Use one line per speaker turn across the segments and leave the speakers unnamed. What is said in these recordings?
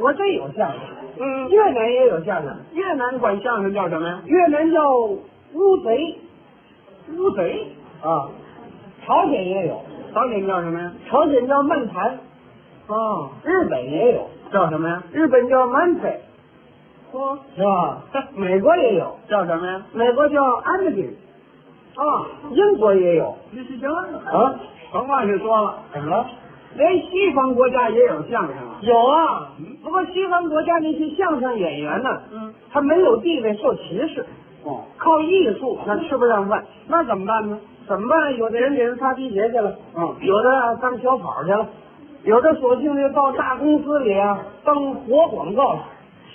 国真有相声，
嗯，
越南也有相声，
越南管相声叫什么呀？
越南叫乌贼
乌贼，
啊，朝鲜也有，
朝鲜叫什么呀？
朝鲜叫漫谈，
哦，
日本也有，
叫什么呀？
日本叫 Mantai，
哦，
是吧？美国也有，
叫什么呀？
美国叫 Amity，啊，
哦
英国也有
这是行了，
啊，
甭往下说了，
怎么了？
连西方国家也有相声啊。
有啊
嗯，
不过西方国家那些相声演员呢，
嗯，
他没有地位受歧视，
哦，
靠艺术那吃不上饭，
那怎么办呢？
怎么办？有的人给人擦皮鞋去了，
嗯
有的当小跑去了，有的索性就到大公司里啊当活广告了。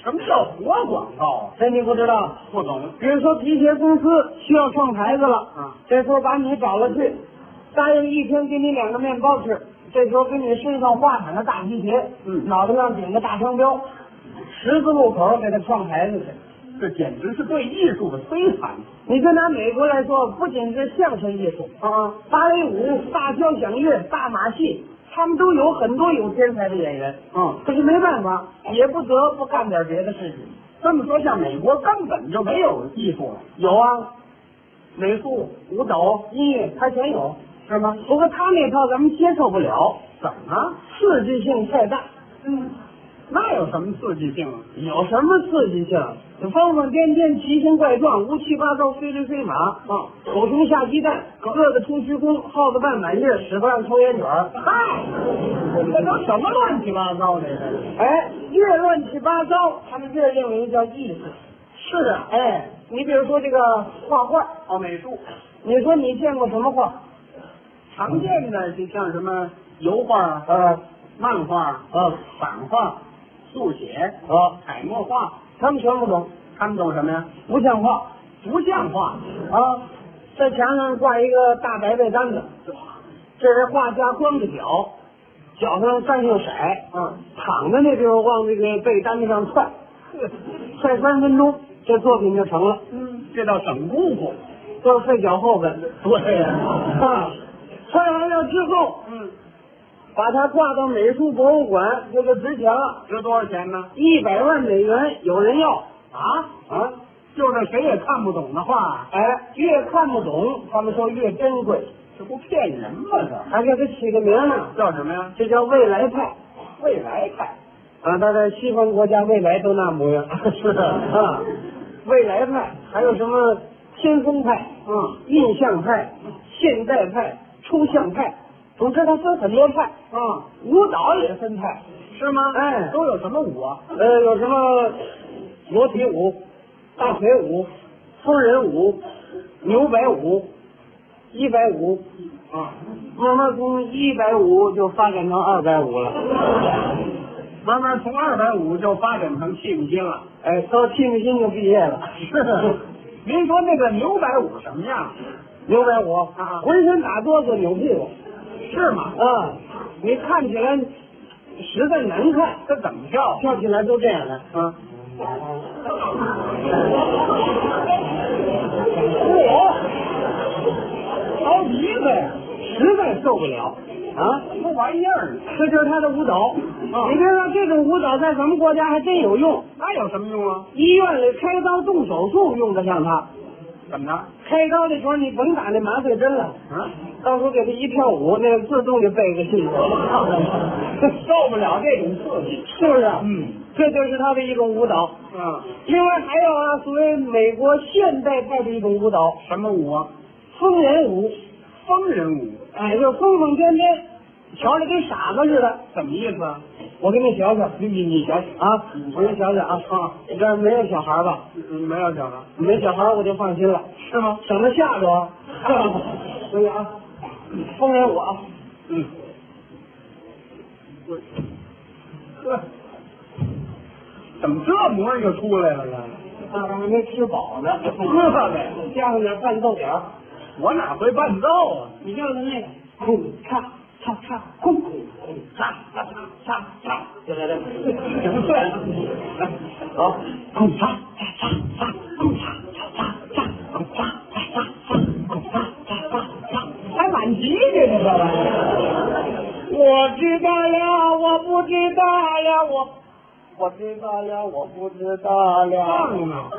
什么叫活广告啊？
这你不知道？
不懂。
比如说皮鞋公司需要创牌子了，
嗯
这时候把你找了去，答应一天给你两个面包吃，这时候给你身上画满了大皮鞋，
嗯
脑袋上顶个大商标，十字路口给他创牌子去。
这简直是对艺术的摧残
你就拿美国来说，不仅是相声艺术，
啊！
芭蕾舞、大交响乐、大马戏，他们都有很多有天才的演员，
嗯，
可是没办法，也不得不干点别的事情。
这么说，像美国根本就没有艺术了，
有啊，美术、舞蹈、音乐，它全有。
是吗？
不过他那套咱们接受不了，
怎么了？
刺激性太大。
嗯，那有什么刺激性啊？
有什么刺激性？疯疯癫癫、奇形怪状、乌七八糟、飞驴飞马，
啊，
狗熊下鸡蛋，饿得出虚空，耗子半满月，屎壳郎抽烟卷儿。
嗨，这都什么乱七八糟的啊呀？
哎，越乱七八糟，他们越认为叫艺术。
是啊，
哎，你比如说这个画画，
哦，美术
你说你见过什么画？
常见的就像什么油画啊、
呃，
漫画、
啊
版画、速写、
啊，
彩墨画，
他们全不懂，
他们都什么呀？
不像话
不像画，
啊！在墙上挂一个大白被单子，这是画家光着脚，脚上蘸上色，啊
嗯，
躺在那地方往这个被单子上踹， 踹三分钟，这作品就成了，
这叫省功夫。
都是费脚后跟。
对呀、
啊，踹完了之后，
嗯，
把它挂到美术博物馆，这就值钱了，
值多少钱呢？
一百万美元，有人要
啊，
啊！
就是谁也看不懂的画，
哎，越看不懂，他们说越珍贵，
这不骗人吗？
还给它起个名儿呢
这，叫什么呀？
这叫未来派
未来派。
啊！他在西方国家未来都那模样，
是
啊，未来派还有什么先锋派、
嗯
印象派、现代派、抽象派，总之它分很多派，
嗯，
舞蹈也分派，
是吗？
哎
都有什么舞啊？
呃，有什么裸体舞、大腿舞、疯人舞、牛百舞、一百舞，
啊，
慢慢从一百五就发展成二百五了。
慢慢从二百五就发展成气不 金了。
哎，到七十斤就毕业 了。
您说那个牛百五什么样？
牛百五
啊
浑身打哆嗦，扭屁股
是吗？
啊！你看起来实在难看，啊
这怎么跳？
跳起来都这样的。
嗯，
我
挠鼻子呀，
实在受不了啊！
什么玩意儿呢？
这就是他的舞蹈。
啊
你别说这种舞蹈在咱们国家还真有用，
那有什么用啊？
医院里开刀动手术用得上它。
怎么着？啊
开刀的时候你甭打那麻醉针了，
嗯，
到时候给他一跳舞，那个自动就背个气了，
受不了这种刺激。
是啊不是？
嗯，
这就是他的一种舞蹈。
啊，
另外还有啊，所谓美国现代派的一种舞蹈，
什么舞啊？
疯人舞，
疯人舞，
哎，就疯疯癫癫，瞧着跟傻子似的。
什么意思啊？
我给你瞧瞧
你你你想想
啊，我给你瞧瞧啊，
啊，
你这儿没有小孩吧？
嗯没有想到，
没小孩我就放心了，
是吗？
省得吓着啊。 所以啊，疯人舞啊，
嗯，我呵，怎么这模样就出来了呢？
大伙还没吃饱呢，
饿呗，
加上点拌豆角儿，
我哪会伴奏 啊？
你就是那个，嗯，嚓嚓嚓，轰，嚓嚓嚓嚓嚓，就来这个，
行对了，
好，
滚擦擦擦滚擦擦擦滚擦擦擦滚擦擦擦擦，还满级呢，这个玩意儿。
我知道了，我不知道了，我我知道了，我不知道了。
棒啊！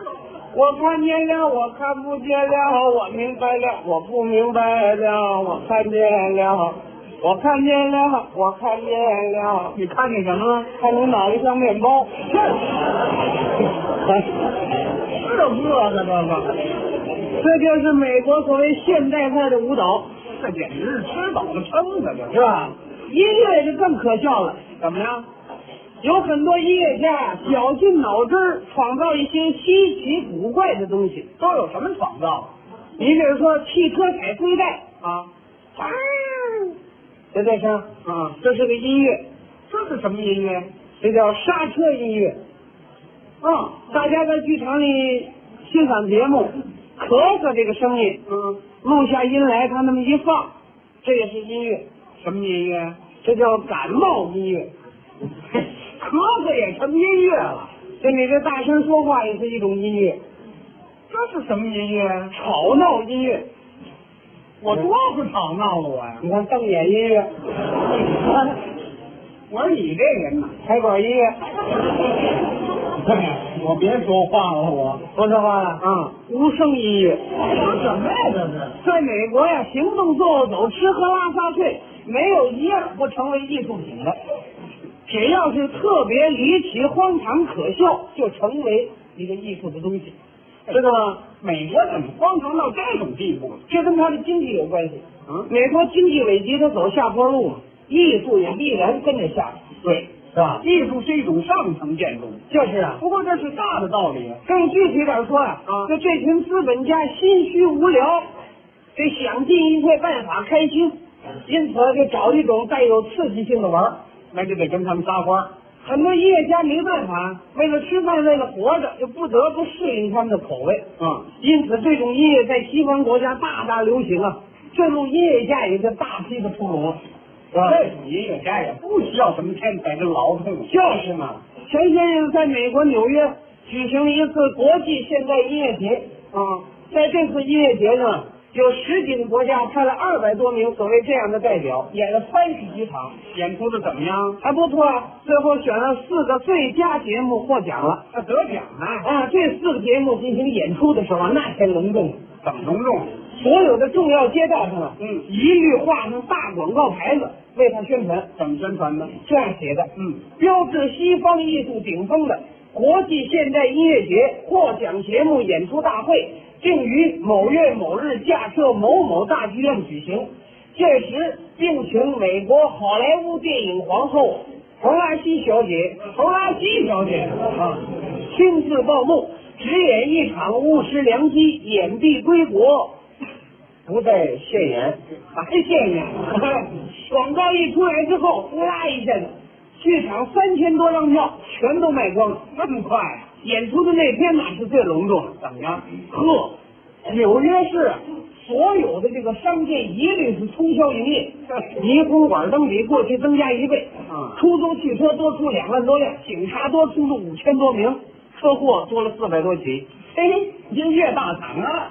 我看见了，我看不见了，我明白了，我不明白了，我看见了，我看见了，我看见了，
你看见什么了？
看你脑袋像面包。
是饿的这个，
这就是美国所谓现代派的舞蹈，
这简直是吃饱了撑的，这
是吧？音乐就更可笑了，
怎么样？
有很多音乐家绞尽脑汁儿创造一些稀奇古怪的东西。
都有什么创造
你比如说汽车踩灰带，
啊？
啊，就这声，
啊，
这是个音乐，
这是什么音乐？
这叫刹车音乐。啊
嗯
大家在剧场里欣赏节目，咳嗽这个声音，
嗯，
录下音来，他那么一放，这也是音乐，啊
什么音乐？
这叫感冒音乐。
咳嗽也成音乐了，
这你这大声说话也是一种音乐，
这是什么音乐？
啊吵闹音乐，
我多不吵闹啊！我呀，
你看瞪眼音乐，
我说你这人呐，
开管音乐，
我别说话了，我
不说话了，
啊，
无声音乐。
说什么呀？这是
在美国呀，行动、坐卧走、吃喝拉撒睡，没有一样不成为艺术品的。只要是特别离奇、荒唐、可笑，就成为一个艺术的东西，知道吗？
美国怎么荒唐到这种地步了？
这跟他的经济有关系。
嗯，
美国经济危机，他走下坡路嘛，艺术也必然跟着下。
对，是吧？艺术是一种上层建筑，
就是啊，
不过这是大的道理啊。
更具体点说呀、
啊
就这群资本家心虚无聊，得想尽一切办法开心，因此就找一种带有刺激性的玩儿。
那就得跟他们撒欢儿。
很多音乐家没办法，为了吃饭，为了活着，就不得不适应他们的口味。
嗯，
因此，这种音乐在西方国家大大流行啊，这种音乐家也就大批的出炉，是吧？
这种音乐家也不需要什么天才跟劳动，
就是
嘛。
钱先生在美国纽约举行了一次国际现代音乐节，
啊，
在这次音乐节上，有十几个国家派了二百多名所谓这样的代表，演了三十几场，
演出的怎么样？
还不错啊。最后选了四个最佳节目获奖了。
那得奖呢？
啊，这四个节目进行演出的时候啊，那才隆重。
怎么隆重？
所有的重要街道上啊，
嗯
一律画上大广告牌子为他宣传，
怎么宣传的？
这样写的，
嗯，
标志西方艺术顶峰的国际现代音乐节获奖节目演出大会，定于某月某日架设某某大剧院举行。届时敬请美国好莱坞电影皇后侯拉西小姐、侯拉西小姐啊亲自报幕，只演一场误食良机，掩臂归国，不再现眼，还现眼。 广告一出来之后，呼啦一下子，剧场三千多张票全都卖光了。
这么快啊？
演出的那天那是最隆重啊的，
怎么样？
呵，纽约市啊所有的这个商店一律是通宵营业，霓虹管灯比过去增加一倍，
嗯
出租汽车多出两万多辆，警察多出了五千多名，车祸多了四百多起。嘿，音乐大厂啊！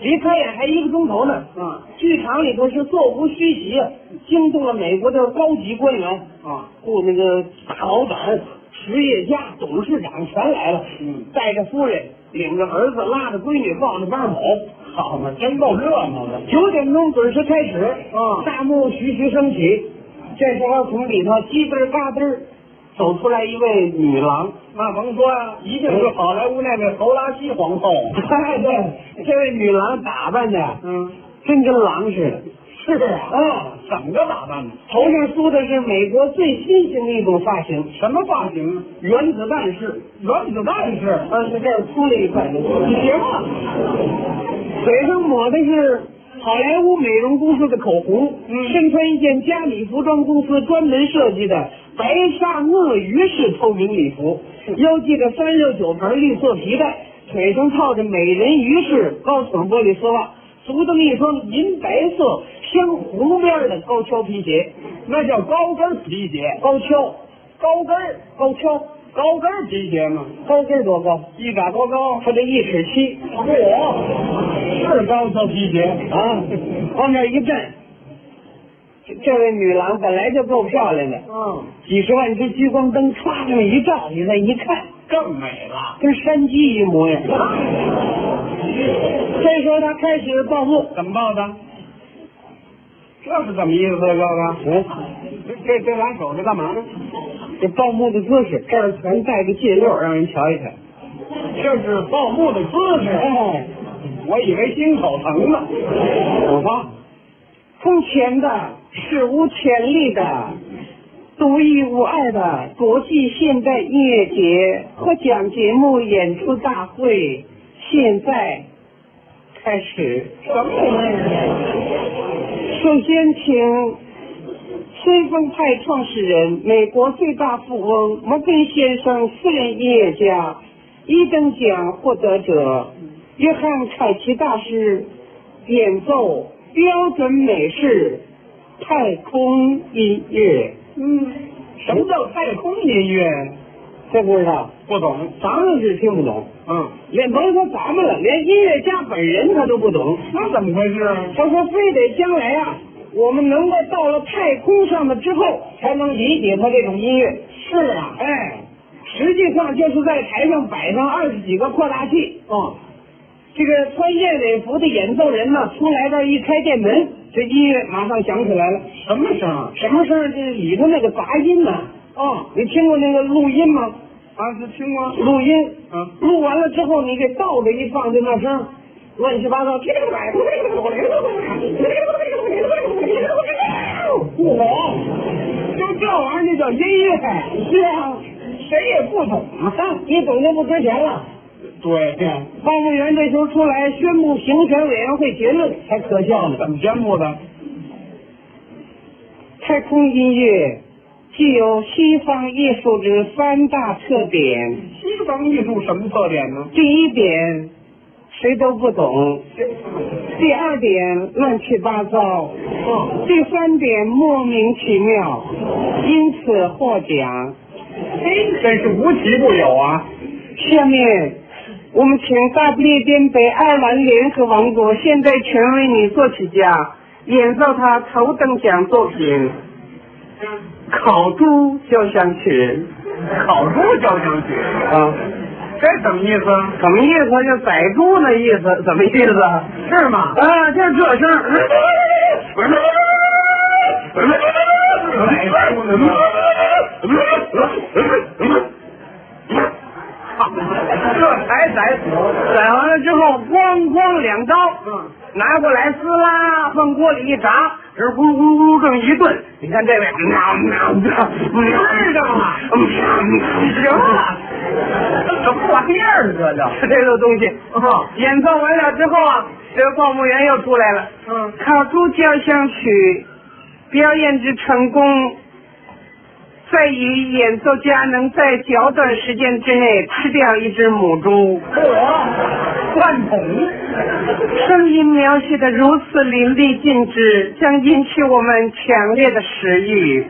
离开演还一个钟头呢。啊
嗯
剧场里头是座无虚席啊，惊动了美国的高级官员，
啊，
雇那个大老板、实业家、董事长全来了，
嗯
带着夫人，领着儿子，拉着闺女，抱着班跑。
好嘛，真够热闹的。
九点钟准时开始，
嗯
大幕徐徐升起。这时候从里头叽嘚嘎嘚走出来一位女郎，
那甭说呀、一定是好莱坞那位侯拉西皇 后。
哎，对，这位女郎打扮的
嗯，
真跟狼似的，
是啊。
啊，
怎么个打扮呢？
头上梳的是美国最新型的一种发型，
什么发型啊？
原子弹式。
原子弹式。
啊，是这儿出了一块，行啊，嘴上抹的是好莱坞美容公司的口红，
嗯
身穿一件嘉里服装公司专门设计的白纱鳄鱼式透明礼服，腰系着三六九牌绿色皮带，腿上套着美人鱼式高筒玻璃丝袜，足蹬一双银白色镶红边的高跷皮鞋，
那叫高跟皮鞋。
高跷，
高跟
高跷，
高跟皮鞋嘛，
高跟儿多高？
一打多高？
它得一尺七。
嚯，是高跷皮鞋。
啊，往那儿一站，这这位女郎本来就够漂亮的，
嗯，
几十万只聚光灯唰这么一照，你再一看，
更美了。
跟山鸡一模一 样。这时候他开始报幕，
怎么报的？这是怎么意思？这个
嗯，
这这这俩手是干嘛呢？
这报幕的姿势，这儿全带着戒溜，让人瞧一瞧。
这是报幕的姿势，
哎，
我以为心口疼呢。
我吧，空前的、史无前例的、独一无二的国际现代音乐节获奖节目演出大会，现在开始。
什么玩意儿？
首先请先锋派创始人、美国最大富翁摩根先生私人音乐家、一等奖获得者约翰凯奇大师演奏标准美式太空音乐，
嗯，什么叫太空音乐？
这不知道？
不懂。
咱们是听不懂，
嗯，
连甭说咱们了，连音乐家本人他都不懂。
那怎么回事啊？
他说非得将来啊，我们能够到了太空上的之后，才能理解他这种音乐。
是啊。
哎，实际上就是在台上摆上二十几个扩大器，哦
嗯，
这个穿燕尾服的演奏人呢，出来这儿一开电门，这音乐马上响起来了。
什么声啊儿？
什么声儿？这里头那个杂音呢、
哦，
你听过那个录音吗？
啊，是听过。
录音，
嗯，
录完了之后，你给倒着一放，就那声儿乱七八糟。
我就这玩意儿就叫音乐，
是啊，
谁也不懂啊。
你懂就不值钱了。
对呀，
报幕员这时候出来宣布评选委员会结论，才可笑呢。
怎么宣布的？
太空音乐具有西方艺术之三大特点：
西方艺术什么特点呢？
第一点，谁都不懂；第二点，乱七八糟；
嗯，
第三点，莫名其妙，因此获奖。
真是无奇不有啊！
下面，我们请大不列颠北爱尔兰联合王国现代权威女作曲家演奏她头等奖作品《烤猪交响曲
烤猪交响曲，》
啊，
这什么意思？
什么意思？就宰猪的意思，怎么意思？
是吗？
啊，就是这声儿。
这才宰死
宰完了之后，咣咣两刀，
嗯
拿过来滋啦，放锅里一炸，这咕噜咕噜咕噜这么一炖，你看这位，
知道吗？
行了，
啊什么玩意儿？这叫
这个东西。
啊，
演奏完了之后啊，这个报幕员又出来了，
嗯，
烤猪交响曲表演之成功，在于演奏家能在较短时间之内吃掉一只母猪，
我饭桶，
声音描写的如此淋漓尽致，将引起我们强烈的食欲。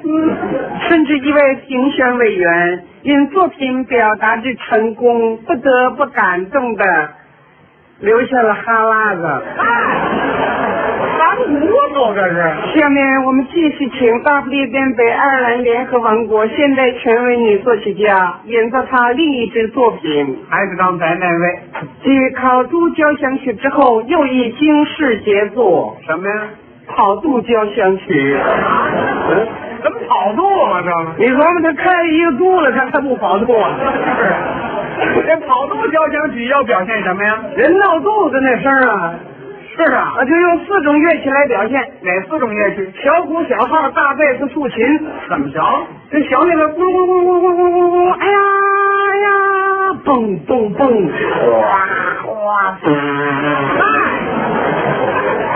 甚至一位评选委员因作品表达之成功，不得不感动的流下了哈喇子。
糖葫芦这是。
下面我们继续请大不列颠北爱尔兰联合王国现代权威女作曲家演奏她另一支作品，
还是刚才那位
继烤猪交响曲之后又一惊世杰作
什么呀？
——跑肚交响曲。
怎么跑肚了这个？
你琢磨他开了一个肚了，他他不跑肚啊？
这跑肚交响曲要表现什么呀？
人闹肚子那声儿啊，
是啊
啊，就用四种乐器来表现：
哪四种乐器？
小鼓、小号、大贝斯、竖琴。
怎么着？
这小那个咕噜咕噜咕噜咕噜咕噜咕噜，哎呀哎呀，蹦蹦蹦，哇哇，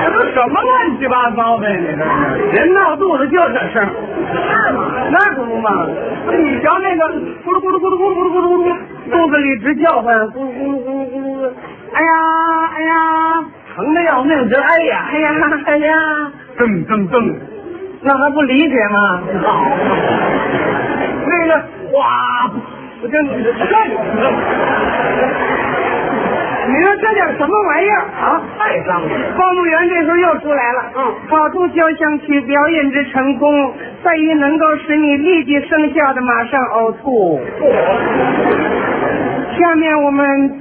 这都什么乱七八糟的呀？你这是？
人闹肚子就这声儿，那可不嘛，
不是你瞧那个咕噜咕噜咕噜咕噜咕噜咕噜咕噜，
肚子里直叫唤，咕噜咕噜咕噜咕噜咕噜，哎呀哎呀，疼的要命，这哎呀哎呀哎呀，
噔噔噔，
那还不理解 吗？
那个哇，
我这这，你说这叫什么玩意儿啊？
太脏了。
报幕员这时候又出来了，
嗯
好祝交响曲表演之成功，在于能够使你立即生效的马上呕吐。
哦
下面我们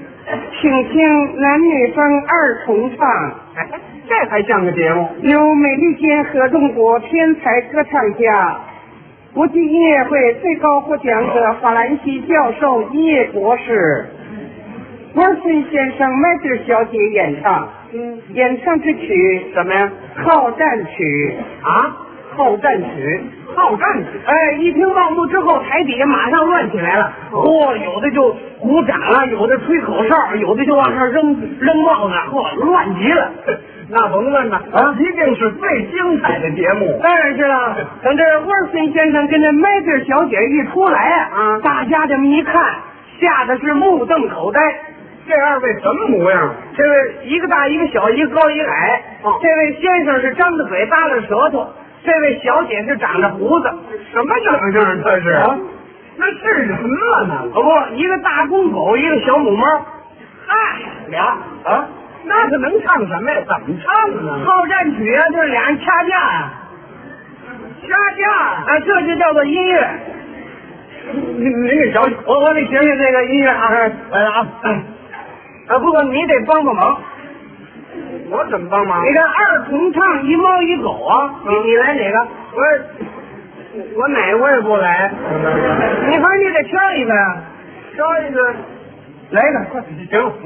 请听男女生二重唱，
哎，这还像个节目？
由美利坚合众国天才歌唱家、国际音乐会最高获奖者法兰西教授音乐博士 Wilson 先生、麦吉尔小姐演唱，
嗯，
演唱之曲
什么呀？
《好战曲》。
啊，
好战曲。
好战曲。
哎，一听报幕之后，台底下马上乱起来了。
哦，有的就鼓掌了，有的吹口哨，有的就往那儿扔扔帽子，啊嚯，乱极了。那甭问了啊，一定是最精彩的节目。
当然是 了，等这沃尔森先生跟这麦吉尔小姐一出来啊，
嗯
大家这么一看，吓得是目瞪口呆。
这二位什么模样？
这位一个大一个小，一个高一个矮。
哦
这位先生是张着嘴耷拉舌头，这位小姐是长着胡子。
什么长相？这是？
啊
那是人吗？那
哦不，一个大公狗，一个小母猫。
嗨，俩啊，那他能唱什么呀？怎么唱呢？
好战曲啊，就是俩人掐架啊。
掐架。
啊，这就叫做音乐。
您您给瞧瞧，
我我得学学这个音乐啊
来了啊！哎
啊！不过你得帮帮忙。
我怎么帮忙
你看二重唱一猫一狗啊，你
嗯
你来哪个？
我我哪我也不来，
你反正你得挑一个呀。
挑嗯一个。
来一个，快！
行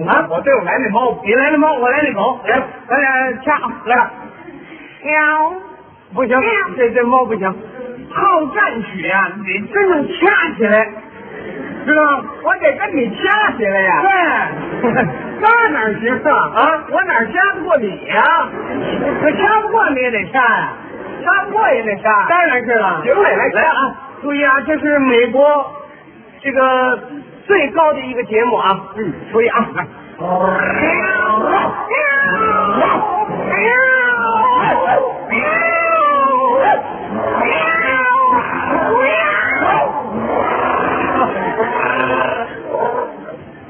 啊，我对我来那猫
你来那猫，我来那狗，
行
咱俩掐啊来。
喵，
不行，这这猫不行。
好战曲啊！你
真正掐起来，知道吗？
我得跟你掐起来呀！
对，
那哪行啊？啊，我哪掐得过你呀？
可掐不过你也得掐呀。
掐不过也得掐。
当然是了。
行嘞，来
来啊！，注意啊，这是美国这个最高的一个节目啊。嗯，注意啊，来。
哎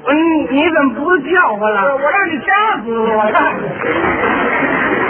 嗯，你怎么不叫唤了？嗯
我让你掐死我！